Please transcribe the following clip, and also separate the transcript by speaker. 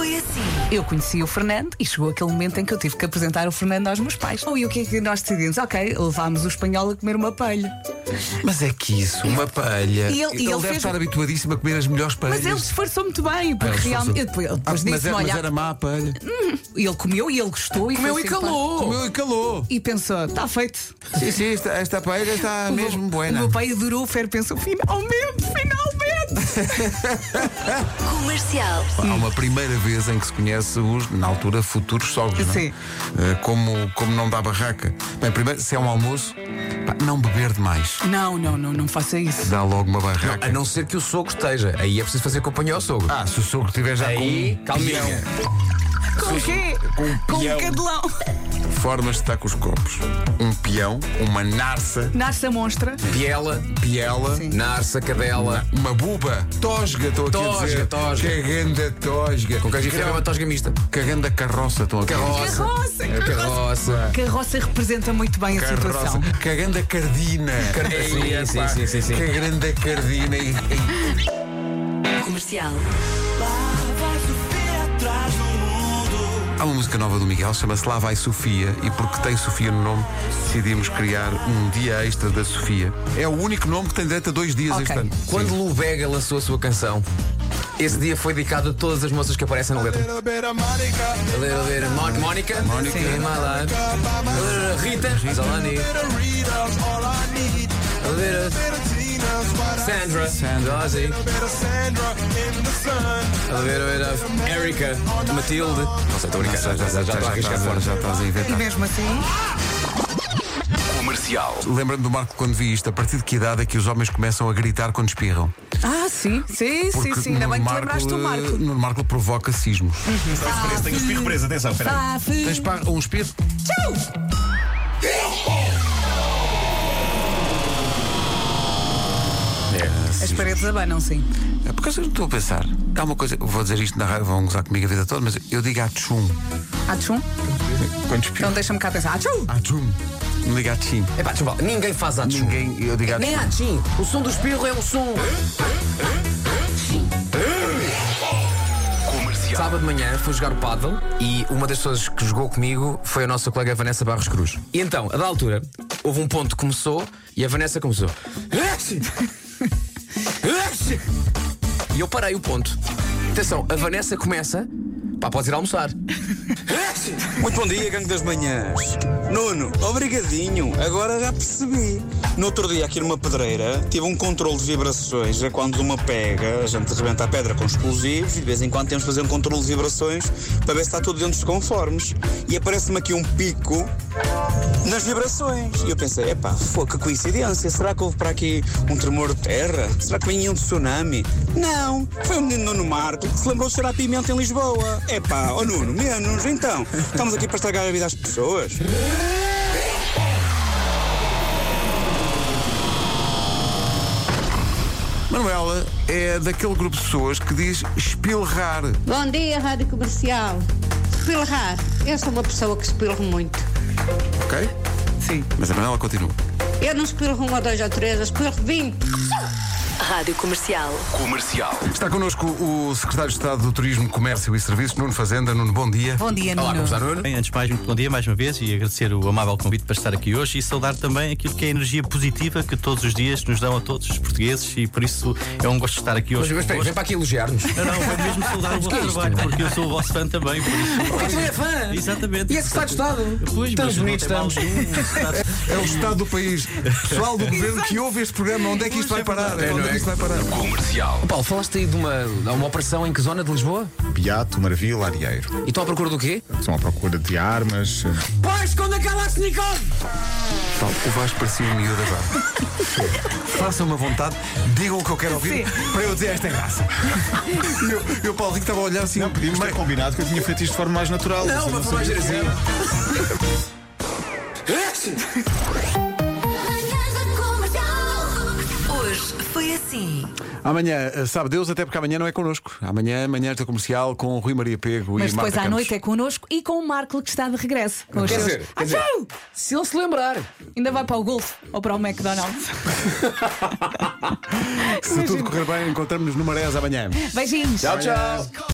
Speaker 1: assim.
Speaker 2: Eu conheci o Fernando e chegou aquele momento em que eu tive que apresentar o Fernando aos meus pais. Oh, e o que é que nós decidimos? Ok, levámos o espanhol a comer uma palha.
Speaker 3: Mas é que isso, uma palha.
Speaker 2: E ele- e ele
Speaker 3: deve
Speaker 2: fez-
Speaker 3: estar habituadíssimo a comer as melhores palhas.
Speaker 2: Mas ele disfarçou muito bem, porque
Speaker 3: Ah,
Speaker 2: realmente.
Speaker 3: disfarçou.
Speaker 2: Eu depois, eu
Speaker 3: Ah,
Speaker 2: depois
Speaker 3: mas,
Speaker 2: disse-me,
Speaker 3: era, mas
Speaker 2: olha,
Speaker 3: era má a palha.
Speaker 2: ele comeu e ele gostou e
Speaker 3: Comeu
Speaker 2: foi
Speaker 3: e
Speaker 2: simpático.
Speaker 3: calou. Comeu e calou.
Speaker 2: E pensou, está feito.
Speaker 3: Sim, sim, esta, esta palha está
Speaker 2: O
Speaker 3: mesmo é?
Speaker 2: meu-
Speaker 3: buena.
Speaker 2: O meu pai adorou o Fer, pensou, finalmente, finalmente!
Speaker 1: Comercial.
Speaker 3: Há uma primeira vez em que se conhece os, na altura, futuros sogros. não é?
Speaker 2: Sim.
Speaker 3: Eh, como, como não dá barraca. Bem, primeiro, se é um almoço, pá, não beber demais.
Speaker 2: Não, não, não, não faça isso.
Speaker 3: Dá logo uma barraca.
Speaker 4: A não ser que o sogro esteja. Aí é preciso fazer companhia ao sogro.
Speaker 3: Ah, se o sogro estiver já
Speaker 4: Aí,
Speaker 3: com um
Speaker 4: calminha.
Speaker 3: peão.
Speaker 2: Com o quê? Com um cadelão.
Speaker 3: Formas de estar com os copos. Um peão, uma narça,
Speaker 2: Nasce a monstra.
Speaker 4: Piela,
Speaker 3: piela,
Speaker 4: narça, cadela.
Speaker 3: uma buba, tosga, estou aqui a
Speaker 4: Tosga,
Speaker 3: dizer.
Speaker 4: tosga.
Speaker 3: Caganda tosga.
Speaker 4: Com queijo e
Speaker 3: Caganda-
Speaker 4: uma tosga mista.
Speaker 3: Caganda carroça, estão aqui a dizer.
Speaker 4: Carroça.
Speaker 2: Carroça, carroça.
Speaker 4: Carroça.
Speaker 2: Carroça representa muito bem a situação.
Speaker 3: Caganda cardina.
Speaker 4: Sim, sim, sim, sim, sim.
Speaker 3: Caganda cardina. E, e-
Speaker 1: Comercial.
Speaker 3: Há uma música nova do Miguel, chama-se Lá Vai Sofia, e porque tem Sofia no nome, decidimos criar um dia extra da Sofia. É o único nome que tem direito a dois dias
Speaker 2: Ok.
Speaker 3: este ano.
Speaker 4: Quando Lubega lançou a sua canção, esse dia foi dedicado a todas as moças que aparecem na letra. A little bit of Mon- Mónica. Mónica. In my life. A little Rita. Is all I need. A little Sandra. Sandra. Ozzy. A little bit of Erica. Matilde. Não sei, estou a brincar. Já já- já estou a arriscar fora.
Speaker 3: já estás a
Speaker 2: E
Speaker 3: inventar.
Speaker 2: mesmo assim,
Speaker 3: Lembrando do Marco quando vi isto, a partir de que idade é que os homens começam a gritar quando espirram?
Speaker 2: Ah, sim, sim, sim, sim. Ainda
Speaker 3: no
Speaker 2: bem que te lembraste do
Speaker 4: é-
Speaker 2: Marco. Uhum.
Speaker 3: No Marco provoca sismos.
Speaker 5: Tenho os pirrepresa, atenção, espera aí.
Speaker 3: Tens par- um espirro?
Speaker 2: As paredes abanam, sim.
Speaker 3: É porque eu não estou a pensar. Há uma coisa, vou dizer isto na rádio, vão gozar comigo a vida toda, mas eu digo atchum.
Speaker 2: Atchum?
Speaker 3: Quando espirro.
Speaker 2: Então deixa-me cá pensar. Atchum!
Speaker 3: Atchum. Não digo atchim.
Speaker 4: Epá, desculpa, lá, ninguém faz atchum.
Speaker 3: Ninguém, eu digo
Speaker 4: Nem
Speaker 3: atchum.
Speaker 4: atchim. O som do espirro é um som. Sábado de manhã fui jogar o paddle e uma das pessoas que jogou comigo foi a nossa colega Vanessa Barros Cruz. E então, a da altura, houve um ponto que começou e a Vanessa começou. E eu parei o ponto. Atenção, a Vanessa começa. Pá, podes ir almoçar.
Speaker 6: Muito bom dia, gangue das manhãs. Nuno, obrigadinho. Agora já percebi. No outro dia, aqui numa pedreira, tive um controle de vibrações. É quando uma pega, a gente rebenta a pedra com explosivos e de vez em quando temos de fazer um controle de vibrações para ver se está tudo dentro dos conformes. E aparece-me aqui um pico nas vibrações. E eu pensei, epá, foi que coincidência. Será que houve para aqui um tremor de terra? Será que vinha um tsunami? Não, foi o menino Nuno Marco que se lembrou de cheirar pimenta em Lisboa. Epá, ó Nuno, menos, então. Estamos aqui para estragar a vida às pessoas.
Speaker 3: Manuela é daquele grupo de pessoas que diz espilrar.
Speaker 7: Bom dia, Rádio Comercial. Espilrar. Eu sou uma pessoa que espilro muito.
Speaker 3: Ok?
Speaker 2: Sim.
Speaker 3: Mas a Manuela continua.
Speaker 7: Eu não espilro uma, dois ou três, eu espilro vinte.
Speaker 1: Rádio Comercial.
Speaker 3: Está connosco o secretário de Estado do Turismo, Comércio e Serviços, Nuno Fazenda. Nuno, bom dia.
Speaker 2: Bom dia,
Speaker 4: Olá, como
Speaker 2: Nuno.
Speaker 4: está, Nuno?
Speaker 8: Bem, antes de mais, muito bom dia mais uma vez e agradecer o amável convite para estar aqui hoje e saudar também aquilo que é a energia positiva que todos os dias nos dão a todos os portugueses e por isso é um gosto de estar aqui
Speaker 4: Mas,
Speaker 8: hoje.
Speaker 4: mas espera, aí, vem
Speaker 8: convosco.
Speaker 4: para aqui elogiar-nos.
Speaker 8: não, não, foi mesmo saudar o
Speaker 4: que é
Speaker 8: vosso
Speaker 4: isto?
Speaker 8: trabalho, porque eu sou o vosso fã também, por isso.
Speaker 4: Porque tu é fã.
Speaker 8: Exatamente.
Speaker 4: E é secretário de Estado.
Speaker 8: Pois,
Speaker 2: Então,
Speaker 4: Estamos
Speaker 8: mas não
Speaker 4: bonitos,
Speaker 8: tem mal nenhum, secretário-
Speaker 3: É o Estado do país. Pessoal do governo que ouve este programa, onde é que isto vai parar?
Speaker 4: É,
Speaker 3: Onde é que
Speaker 4: não é?
Speaker 3: isto vai parar?
Speaker 4: Paulo, falaste aí de uma, de uma operação em que zona de Lisboa?
Speaker 9: Piato, Maravilha, Arieiro.
Speaker 4: E estão à procura do quê?
Speaker 9: São à procura de armas.
Speaker 4: Pois, quando acaba a Snikov!
Speaker 3: Paulo, o Vasco parecia um miúdo agora. Façam uma vontade, digam o que eu quero ouvir para eu dizer esta graça. E eu, eu Paulo Rico, estava a olhar assim.
Speaker 9: Não, podíamos ter
Speaker 3: mas-
Speaker 9: combinado que eu tinha feito isto de forma mais natural.
Speaker 4: Não,
Speaker 9: Você
Speaker 4: mas foi mais
Speaker 9: sabia o que
Speaker 4: gerazinho.
Speaker 9: era.
Speaker 1: Hoje foi assim.
Speaker 3: Amanhã, eh, sabe Deus, até porque amanhã não é connosco. Amanhã, amanhã está comercial com Rui Maria Pego
Speaker 2: Mas
Speaker 3: e Marta
Speaker 2: depois à
Speaker 3: Campos.
Speaker 2: noite é connosco e com o Marco que está de regresso. Com os
Speaker 4: Quer
Speaker 2: seus.
Speaker 4: dizer, quer dizer,
Speaker 2: Atchum!
Speaker 4: se ele se lembrar.
Speaker 2: Ainda vai para o Golf ou para o McDonald's.
Speaker 3: Se tudo correr bem, encontramos-nos no Marés amanhã.
Speaker 2: Beijinhos.
Speaker 4: Tchau, tchau.